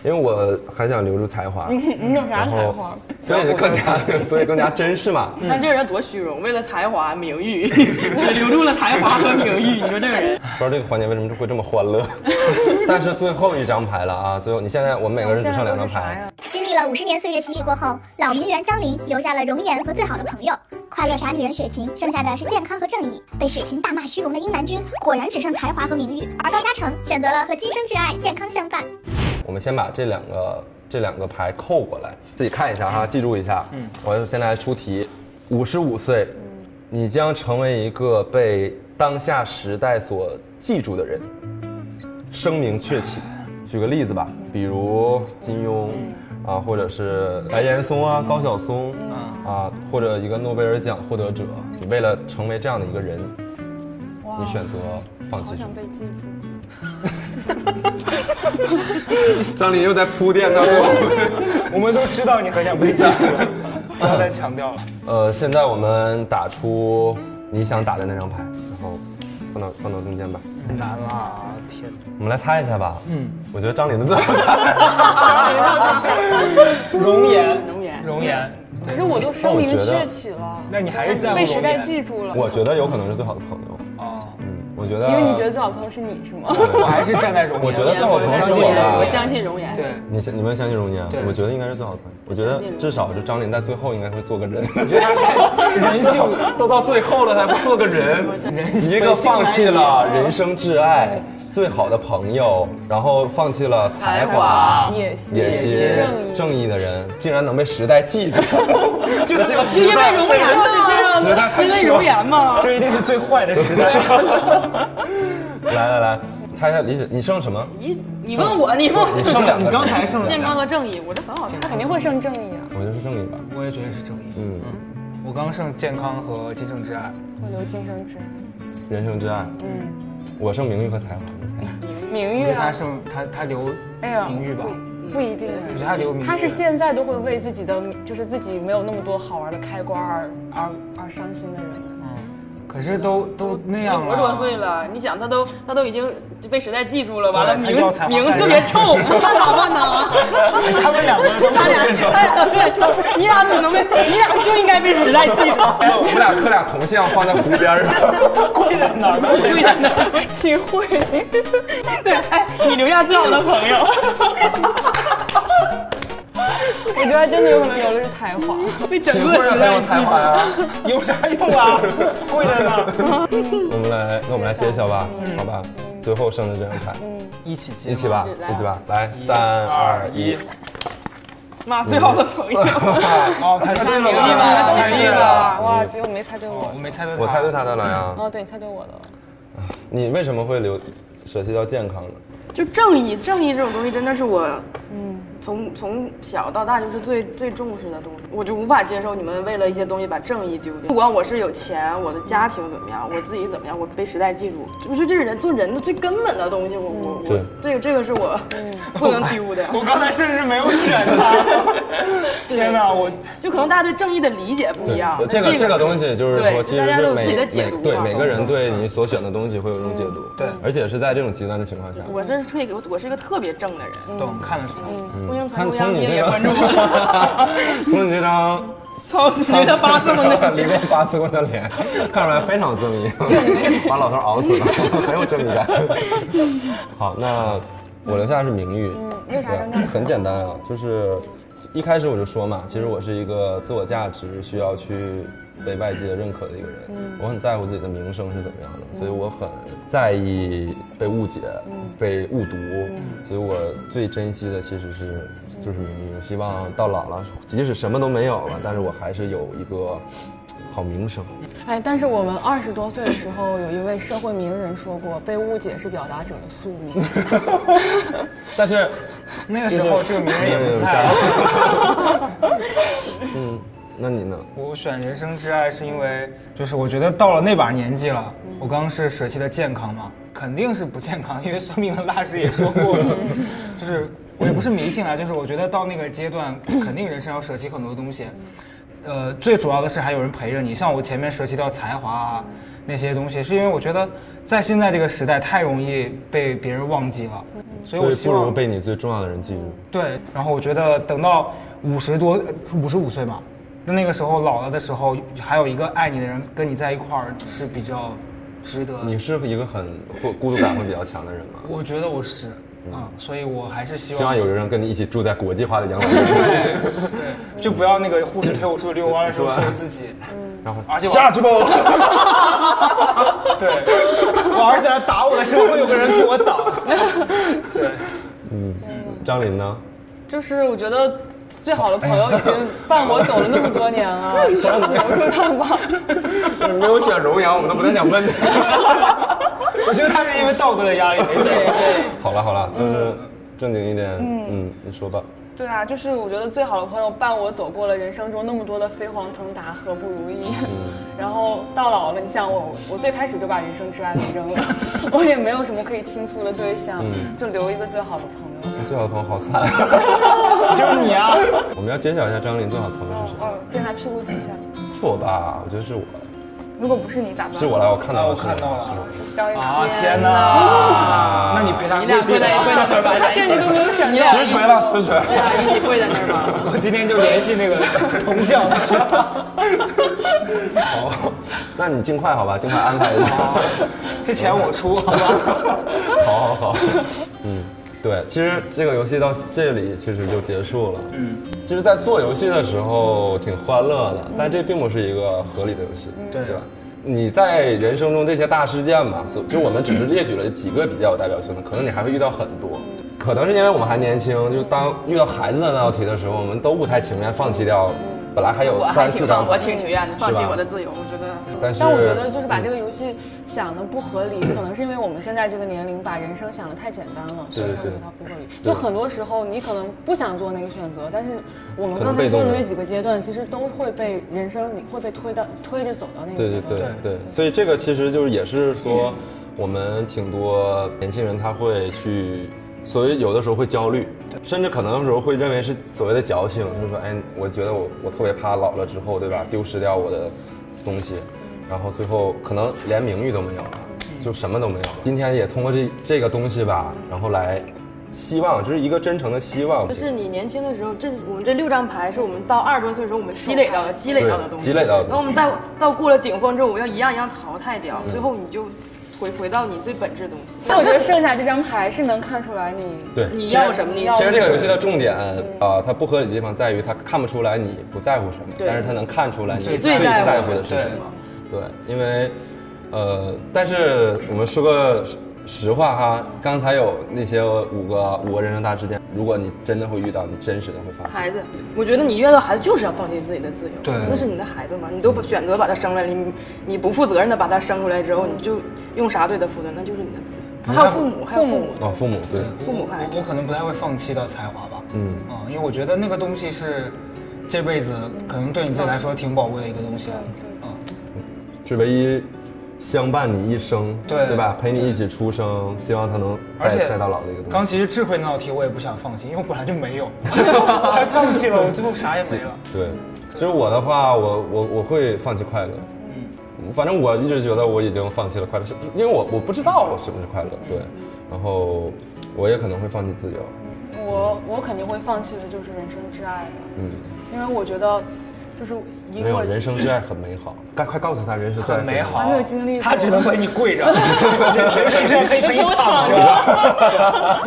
B: 因为我很哦想留住才 华，
G: 你有啥
B: 然
G: 才
B: 后
G: 华？
B: 所以更加 所以更加珍视 嘛。
E: 看这个人多虚荣，为了才华、名誉， 只留住了才华和名誉。你说这个人，
B: 不知道这个环节为什么会这么欢 乐，但是最后一张牌了啊！最后你现在我们每个人只剩两张牌，
C: 经历了五十年岁月洗礼过后，老名媛张琳留下了容颜和最好的朋友。快乐傻女人雪晴剩下的是健康和正义。被雪晴大骂虚荣的英男君果然只剩才华和名誉，而高嘉诚选择了和今生挚爱健康相伴。
B: 我们先把这两个这两个牌扣过来，自己看一下哈，记住一下。嗯，我先来出题。五十五岁，你将成为一个被当下时代所记住的人，声名鹊起。举个例子吧，比如金庸啊，或者是白岩松啊、高晓松啊，或者一个诺贝尔奖获得者。你为了成为这样的一个人，你选择放弃什么？
H: 被记住，
B: 张琳又在铺垫到最后。
D: 我们都知道你很想被记住了，不要再强调了。
B: 呃，现在我们打出你想打的那张牌，然后放到放到中间吧。
D: 很难啦，天！
B: 我们来猜一下吧。嗯，我觉得张琳的最好猜。
D: 容颜，
E: 容 颜
D: 容颜。
H: 可是我都声名鹊起了，
D: 那你还是在乎
H: 被时
D: 容
H: 代
D: 颜
H: 记住了。
B: 我觉得有可能是最好的朋友。
D: 哦，
B: 嗯，我觉得。
H: 因为你觉得最好的朋友是你是吗？
D: 我还是站在容颜。
B: 我觉得最好的朋友是
E: 容
B: 我
E: 颜
B: 吧。
E: 我相。信容颜。
D: 对，
B: 你相你们相信容颜？
D: 对
B: 我觉得应该是最好的朋友。我觉得至少是张琳在最后应该会做个人。
D: 人性
B: 都到最后了还不做个人，一个放弃了人生挚爱、最好的朋友，然后放弃了才华、野心、正义的人，竟然能被时代记 住，就是这个
E: 是
B: 时
E: 因为
B: 代，
E: 容颜吗？
B: 时代太
E: 因为
B: 失
E: 容颜吗？
D: 这一定是最坏的时代。
B: 来来来，猜一下李雪，你剩什么？
E: 你你问我，你问
B: 你
E: 我，
B: 剩两个，
D: 你刚才剩了
E: 健康和正义，我这很好看。
H: 他肯定会胜正义啊，
B: 我觉得是正义吧，
D: 我也觉得是正义。
B: 嗯，
D: 我刚剩健康和今生挚爱，
H: 会留今生之爱。
B: 人生挚爱，嗯，我剩名誉和才华，你 猜，
H: 名
D: 因
H: 誉
D: 为他
H: 啊，
D: 剩他他留
H: 哎呀，
D: 名誉吧，
H: 不不一定啊。
D: 我觉得他留名誉。
H: 他是现在都会为自己的，就是自己没有那么多好玩的开关而而而伤心的人了。
D: 可是都都那
E: 你
D: 样
E: 五
D: 了，
E: 十哎多岁了，你想他都他都已经被时代记住了，
D: 当
E: 完了
D: 然他
E: 名
D: 要才华
E: 名
D: 干
E: 特
D: 啥
E: 别臭， 那咋办呢？
D: 他们两个人都
E: 他俩他俩特别臭，你俩怎么能被你俩就应该被时代记住？
B: 哎，我们俩刻俩铜像放在湖边 上，
D: 跪在那儿，
E: 对的呢，秦桧。对，哎，你留下最好的朋友。
H: 我觉得真的有可能留的是才华。
B: 秦桧很有才华呀。
D: 有啥用啊？跪在那儿，
B: 我们来，那我们来揭晓 吧，好吧？最后剩的这张牌，
D: 一起接
B: 一起吧，一起吧，来，三二一，
E: 妈，最好的朋友。
D: 哦，猜对了
E: 明白
D: 吧，
E: 了
D: 猜对了，
H: 哇哇，只有没猜对我。
D: 我没猜对，
B: 我猜对他的了呀。
H: 哦，对你猜对我了。
B: 你为什么会留舍弃掉健康呢？
E: 就正义，正义这种东西真的是我，嗯，从从小到大就是最最重视的东西，我就无法接受你们为了一些东西把正义丢掉。不管我是有钱，我的家庭怎么样，我自己怎么样，我被时代记住，我觉得这是人做人的最根本的东西。我我我
B: 对，
E: 这个这个是我
H: 嗯
E: 不能丢的。
D: 我刚才甚至没有选他。天哪，我
E: 就可能大家对正义的理解不一样。
B: 这
E: 但
B: 个这个东西就是
E: 对
B: 说，其实
E: 大家
B: 是
E: 都有自
B: 每
E: 己的
B: 每
E: 解读嘛
B: 对
E: 都
B: 每个人对你所选的东西会有一种解读，
D: 对
B: 而且是在这种极端的情况下。
E: 我是特别，我是一个特别正的人。
D: 懂看得出来，
E: 中央传中
B: 看
E: 央，
B: 嗯从
E: 你
B: 你这
E: 也 关注
B: 个
E: 我。，
B: 从你这张
E: 从觉得八字的。
B: 离过八次棍的脸，看出来非常正义， 把老头熬死了，很有正义感。好，那我留下的是名誉，
H: 嗯为啥刚
B: 对，很简单啊，就是一开始我就说嘛，其实我是一个自我价值需要去被外界认可的一个人，
H: 嗯
B: 我很在乎自己的名声是怎么样的，所以我很在意被误解、
H: 嗯
B: 被误读，所以我最珍惜的其实是。就是名誉，希望到老了，即使什么都没有了，但是我还是有一个好名声。
H: 哎，但是我们二十多岁的时候，有一位社会名人说过，被误解是表达者的宿命。
B: 但是
D: 那个时候这个名人也不在了。
B: 嗯，那你呢？
D: 我选人生挚爱是因为，就是我觉得到了那把年纪了，我刚是舍弃了健康嘛，肯定是不健康，因为算命的大师也说过了， 就是我也不是迷信啊，就是我觉得到那个阶段，肯定人生要舍弃很多东西，呃，最主要的是还有人陪着你，像我前面舍弃掉才华啊，那些东西，是因为我觉得在现在这个时代太容易被别人忘记了，所
B: 所
D: 以我
B: 以
D: 希
B: 不如
D: 望
B: 被你最重要的人记住。
D: 对。然后我觉得等到五十多、五十五岁嘛，那那个时候老了的时候，还有一个爱你的人跟你在一块儿是比较值得。
B: 你是一个很会孤独感会比较强的人吗？
D: 我觉得我是，嗯，所以我还是希望
B: 希望有人跟你一起住在国际化的养老院，
D: 对，就不要那个护士推我出去遛弯的时候是我自己。
B: 然后
D: 而且我
B: 下去吧。
D: 对，我儿子来打我的时候，会有个人替我挡。对，
B: 张琳呢？
H: 就是我觉得最好的朋友已经伴我走了那么多年了，我说他吧，
B: 没有选荣阳，我们都不太想问你。
D: 我觉得他是因为道德的压力没事。
B: 好了好了，就是正经一点，嗯，你说吧。
F: 对啊，就是我觉得最好的朋友伴我走过了人生中那么多的飞黄腾达和不如意，
B: 嗯
F: 然后到老了，你想我，我最开始就把人生挚爱给扔了， 我也没有什么可以倾诉的对象，
B: 嗯
F: 就留一个最好的朋友。
B: 最好的朋友好惨。
D: 就是你啊，
B: 我们要揭晓一下张琳最好的朋友是谁？
F: 嗯，垫他屁股底下，
B: 是我吧？我觉得是我，
F: 如果不是你咋办？
B: 是我来，啊我看到
D: 我
B: 了，是
D: 看到
B: 我，
D: 了
B: 是我。
F: 张一
D: 啊
F: 楠，
D: 天哪！那你陪他跪地
E: 在跪在那儿吧，
H: 他甚至都没有闪到。
B: 实锤了，实锤。
E: 啊一起跪在那儿吧。
D: 我今天就联系那个铜匠去。
B: 好，那你尽快好吧，尽快安排一下。
D: 这钱我出，好吗？
B: 好好好，嗯，对，其实这个游戏到这里其实就结束了。嗯，其实，在做游戏的时候挺欢乐的，但这并不是一个合理的游戏，对吧？你在人生中这些大事件吧，所就我们只是列举了几个比较有代表性的，可能你还会遇到很多。可能是因为我们还年轻，就当遇到孩子的那道题的时候，我们都不太情愿放弃掉，本来还有
E: 我还
B: 三四
E: 挺
B: 张
E: 放，
B: 牌，
E: 我挺情愿的，放弃
B: 是吧
E: 我的自由，我觉得。
B: 但是嗯
F: 但我觉得就是把这个游戏想的不合理，可能是因为我们现在这个年龄把人生想的太简单了，所以才会
B: 对
F: 觉
B: 对
F: 得它不合理。就很多时候你可能不想做那个选择，但是我们
B: 可能
F: 刚
B: 被
F: 才
B: 动
F: 说的
B: 的
F: 那几个阶段，其实都会被人生你会被推到推着走到那
B: 对
F: 个
B: 对
F: 阶
B: 对
F: 段。
B: 对，所以这个其实就是也是说，我们挺多年轻人他会去，所谓有的时候会焦虑，甚至可能有时候会认为是所谓的矫情，就是说，哎，我觉得我我特别怕老了之后，对吧，丢失掉我的东西，然后最后可能连名誉都没有了，
F: 嗯
B: 就什么都没有了。今天也通过这这个东西吧，然后来希望，就是一个真诚的希望，
E: 就是你年轻的时候，这我们这六张牌是我们到二十多岁的时候我们积累到的、积累到的东西。
B: 积累到的东西
E: 然后我们到到过了顶峰之后，我们要一样一样淘汰掉，
B: 嗯
E: 最后你就回回到你最本质的东西。
F: 但我觉得剩下这张牌是能看出来你
B: 对。
E: 你要什么？嗯你要
B: 其实这个游戏的重点啊、它不合理的地方在于它看不出来你不在乎什么，但是它能看出来你
D: 最
B: 最
E: 在乎
B: 在乎的是什么。对，因为，呃，但是我们说个实实话哈，刚才有那些五个五个人生大事件，如果你真的会遇到，你真实的会发现。
E: 孩子，我觉得你遇到孩子就是要放弃自己的自由，
D: 对
E: 那是你的孩子嘛，你都不选择把他生出来，你你不负责任的把他生出来之后，你就用啥对他负责，那就是你的自由。还有父母，还有父母，
B: 哦，父母对，
D: 嗯
E: 父母还
D: 我可能不太会放弃到才华吧。
B: 嗯
D: 嗯，因为我觉得那个东西是这辈子可能对你自己来说挺宝贵的一个东西。
B: 是唯一相伴你一生，
D: 对
B: 对吧？陪你一起出生，希望他能
D: 而
B: 带
D: 且
B: 带到老的一个东
D: 刚
B: 西。
D: 其实智慧那道题我也不想放弃，因为我本来就没有，我还放弃了，我最后啥也没了。
B: 对，就是我的话，我我我会放弃快乐。
E: 嗯
B: 反正我一直觉得我已经放弃了快乐，是因为我我不知道我是不是快乐。对，然后我也可能会放弃自由。
F: 我我肯定会放弃的就是人生挚爱吧，
B: 嗯，
F: 因为我觉得就是以
B: 没有
F: 我
B: 人生挚爱很美好，快快告诉他人生挚爱
D: 很美
F: 我还
D: 好
F: 没有经历过，
D: 他只能为你跪着，这样可以陪你躺着。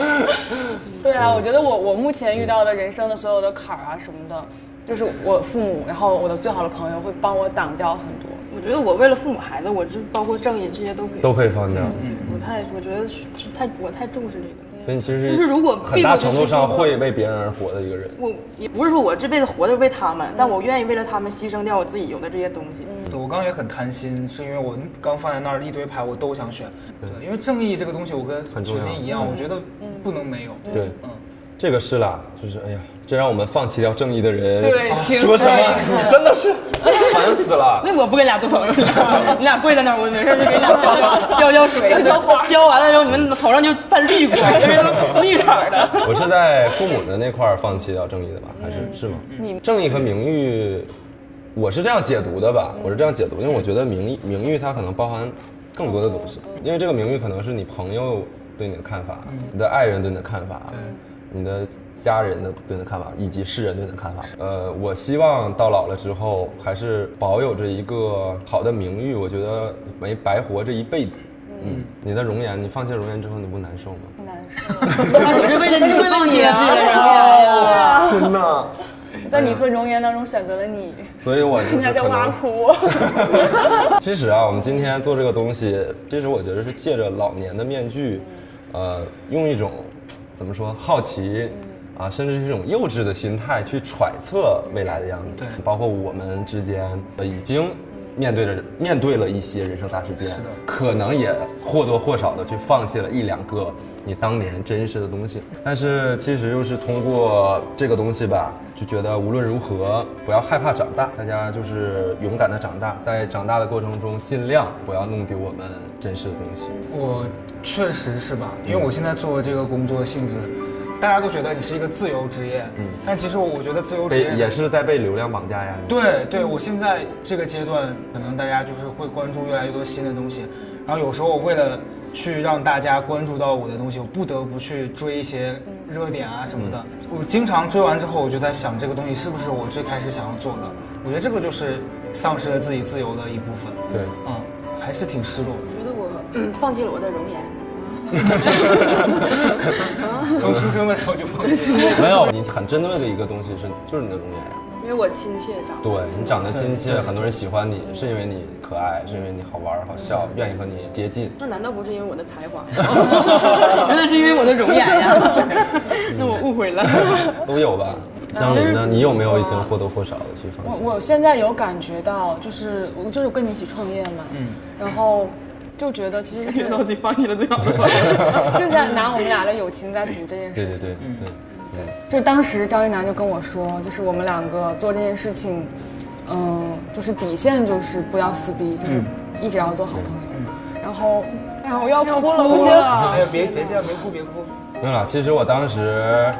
F: 对啊，我觉得我我目前遇到的人生的所有的坎儿啊什么的，就是我父母，然后我的最好的朋友会帮我挡掉很多。
E: 我觉得我为了父母、孩子，我就包括正义这些都可以。
B: 都可以放掉。
E: 我太，我觉得是太，我太重视这个。
B: 所以你其实
E: 就是如果
B: 很大
E: 并不
B: 程
E: 是
B: 度上
E: 说
B: 会为别人而活的一个人。
E: 我也不是说我这辈子活的为他们，但我愿意为了他们牺牲掉我自己有的这些东西。
D: 我刚刚也很贪心，是因为我刚放在那儿一堆牌，我都想选。对，因为正义这个东西，我跟
B: 很重
D: 雪
B: 要
D: 欣一样，我觉得不能没有。
B: 对
D: 嗯，
B: 这个是啦，就是哎呀，这让我们放弃掉正义的人。
F: 对
B: 啊
F: 请
B: 说什么？你真的是烦死了。
E: 所以我不跟俩做朋友， 你俩跪在那儿，我没事就给你俩浇浇浇浇水，浇浇花，浇完了之后你们头上就泛绿光，因为都绿色儿的。
B: 我是嗯在父母的那块儿放弃掉正义的吧？还是是吗？正义和名誉，我是这样解读的吧，我是这样解读，因为我觉得名誉名誉它可能包含更多的东西，因为这个名誉可能是你朋友对你的看法，你的爱人嗯对你的看法，你的家人的对你的看法，以及世人对你的看法。呃，我希望到老了之后还是保有着一个好的名誉，我觉得没白活这一辈子。嗯，你的容颜，你放弃容颜之后，你不难受吗？
E: 那你是 为了你 为了你啊，
B: 天哪！
H: 在你和容颜当中选择了你，
B: 所以 我就是可能，
H: 哭。
B: 其实啊，我们今天做这个东西，其实我觉得是借着老年的面具，呃，用一种怎么说好奇。啊，甚至是一种幼稚的心态去揣测未来的样子，
D: 对
B: 包括我们之间呃已经面对着面对了一些人生大事件，
D: 是的
B: 可能也或多或少的去放弃了一两个你当年真实的东西，但是其实又是通过这个东西吧，就觉得无论如何不要害怕长大，大家就是勇敢的长大，在长大的过程中尽量不要弄丢我们真实的东西。
D: 我确实是吧，因为我现在做的这个工作性质，大家都觉得你是一个自由职业，嗯，但其实我我觉得自由职
B: 被
D: 业
B: 也是在被流量绑架呀。
D: 对对，我现在这个阶段，可能大家就是会关注越来越多新的东西，然后有时候我为了去让大家关注到我的东西，我不得不去追一些热点啊什么的。
B: 嗯
D: 我经常追完之后，我就在想这个东西是不是我最开始想要做的。我觉得这个就是丧失了自己自由的一部分。
B: 对，
D: 嗯，还是挺失落的。
E: 觉得我嗯放弃了我的容颜。
D: 从出生的时候就放弃了。
B: 没有你很针对的一个东西是就是你的容颜呀。
E: 因为我亲切长
B: 对你长得亲切，很多人喜欢你，是因为你可爱，是因为你好玩儿好笑，愿意和你接近。
E: 那难道不是因为我的才华？原来是因为我的容颜 呀！那我误 会了。
B: 都有吧？张琳呢？你有没有已经或多或少的去放弃？
F: 嗯我我现在有感觉到，就是我就是跟你一起创业嘛，嗯，然后就觉得其实是
E: 觉得我自己放弃了最好的朋友。
F: 是在拿我们俩的友情在赌这件
B: 对对
F: 事情。
B: 对对对，
F: 就当时张一楠就跟我说，就是我们两个做这件事情，嗯，就是底线就是不要撕逼，
B: 嗯
F: 就是一直要做好朋
H: 嗯
F: 友。然后，然哎后我要哭了，不行，
D: 哎呀，别别这样，别哭，别哭。
B: 没有啦。其实我当时，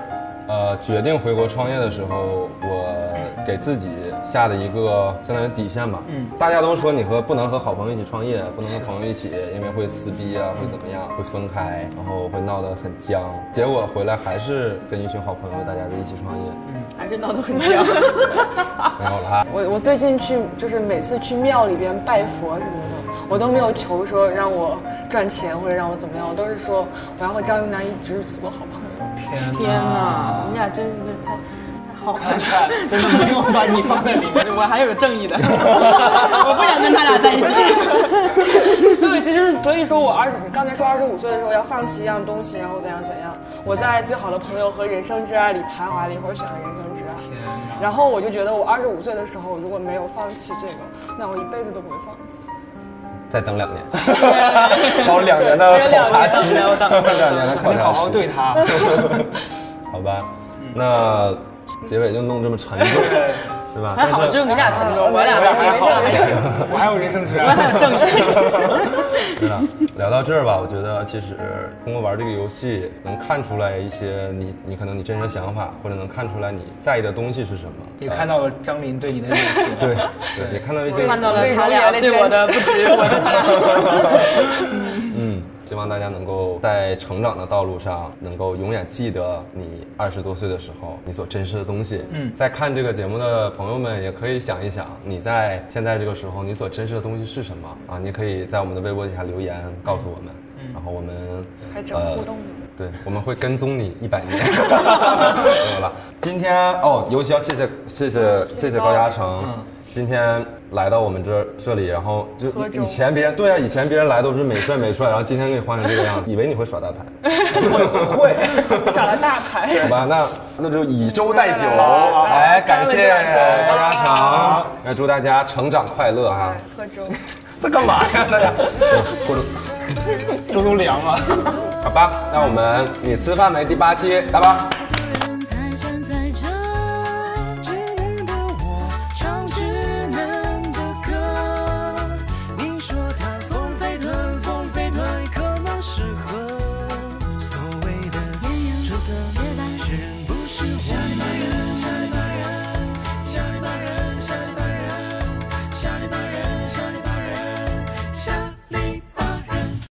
B: 呃，决定回国创业的时候，我给自己下的一个相当于底线吧。嗯，大家都说你和不能和好朋友一起创业，不能和朋友一起，因为会撕逼啊，会怎么样，会分开，然后会闹得很僵。结果回来还是跟一群好朋友，大家就一起创业，
E: 还是闹得很僵。
B: 然后啦。
H: 我我最近去就是每次去庙里边拜佛什么的，我都没有求说让我赚钱或者让我怎么样，我都是说我要和张云南一直做好朋友。
E: 天哪，你俩真是太太好了。
D: 真是没有把你放在里面。
E: 我还是有正义 的，我不想跟他俩在一起。
F: 对，其实 所以说我二十，刚才说二十五岁的时候要放弃一样东西，然后怎样怎样。我在最好的朋友和人生挚爱里徘徊了一会儿，选了人生挚爱。然后我就觉得，我二十五岁的时候如果没有放弃这个，那我一辈子都不会放弃。
B: 再等 两年，好两年的考察期， 两年的考察
D: 你
B: 期，
D: 好好对他。
B: 好吧，那结尾就弄这么沉重， 对吧？
E: 还好，只有你俩沉重，我俩
D: 我也还好
E: 没事，
D: 我还有人生之
E: 我还
D: 爱。
E: 有正义。
B: 是的，啊聊到这儿吧，我觉得其实通过玩这个游戏，能看出来一些你你可能你真实的想法，或者能看出来你在意的东西是什么。
D: 也看到了张琳对你的友情。
B: 对对，也看到一些
E: 看到了他俩对我的不值，我 的他俩。
B: 嗯，希望大家能够在成长的道路上，能够永远记得你二十多岁的时候你所珍视的东西。嗯，在看这个节目的朋友们，也可以想一想，你在现在这个时候你所珍视的东西是什么啊？你可以在我们的微博底下留言告诉我们，然后我们
F: 还整互动
B: 呃对，我们会跟踪你一百年。 没有了，今天哦，尤其要谢谢谢谢谢谢高嘉诚，今天来到我们这这里，然后就以前别人对啊，以前别人来都是美帅美帅，然后今天给你换成这个 样子，以为你会耍大牌，会
H: 耍了大牌，
B: 好吧？那那就以粥代酒，来感谢高嘉诚，那祝大家成长快乐哈。
H: 喝粥。
B: 在干嘛呀？ 大家，或者
D: 周都凉了。
B: 好吧，那我们你吃饭没第八期，来吧。
I: 人才站在这，稚嫩的我唱稚嫩的歌。你说它风飞腾，风飞腾，可能适合所谓的春色。街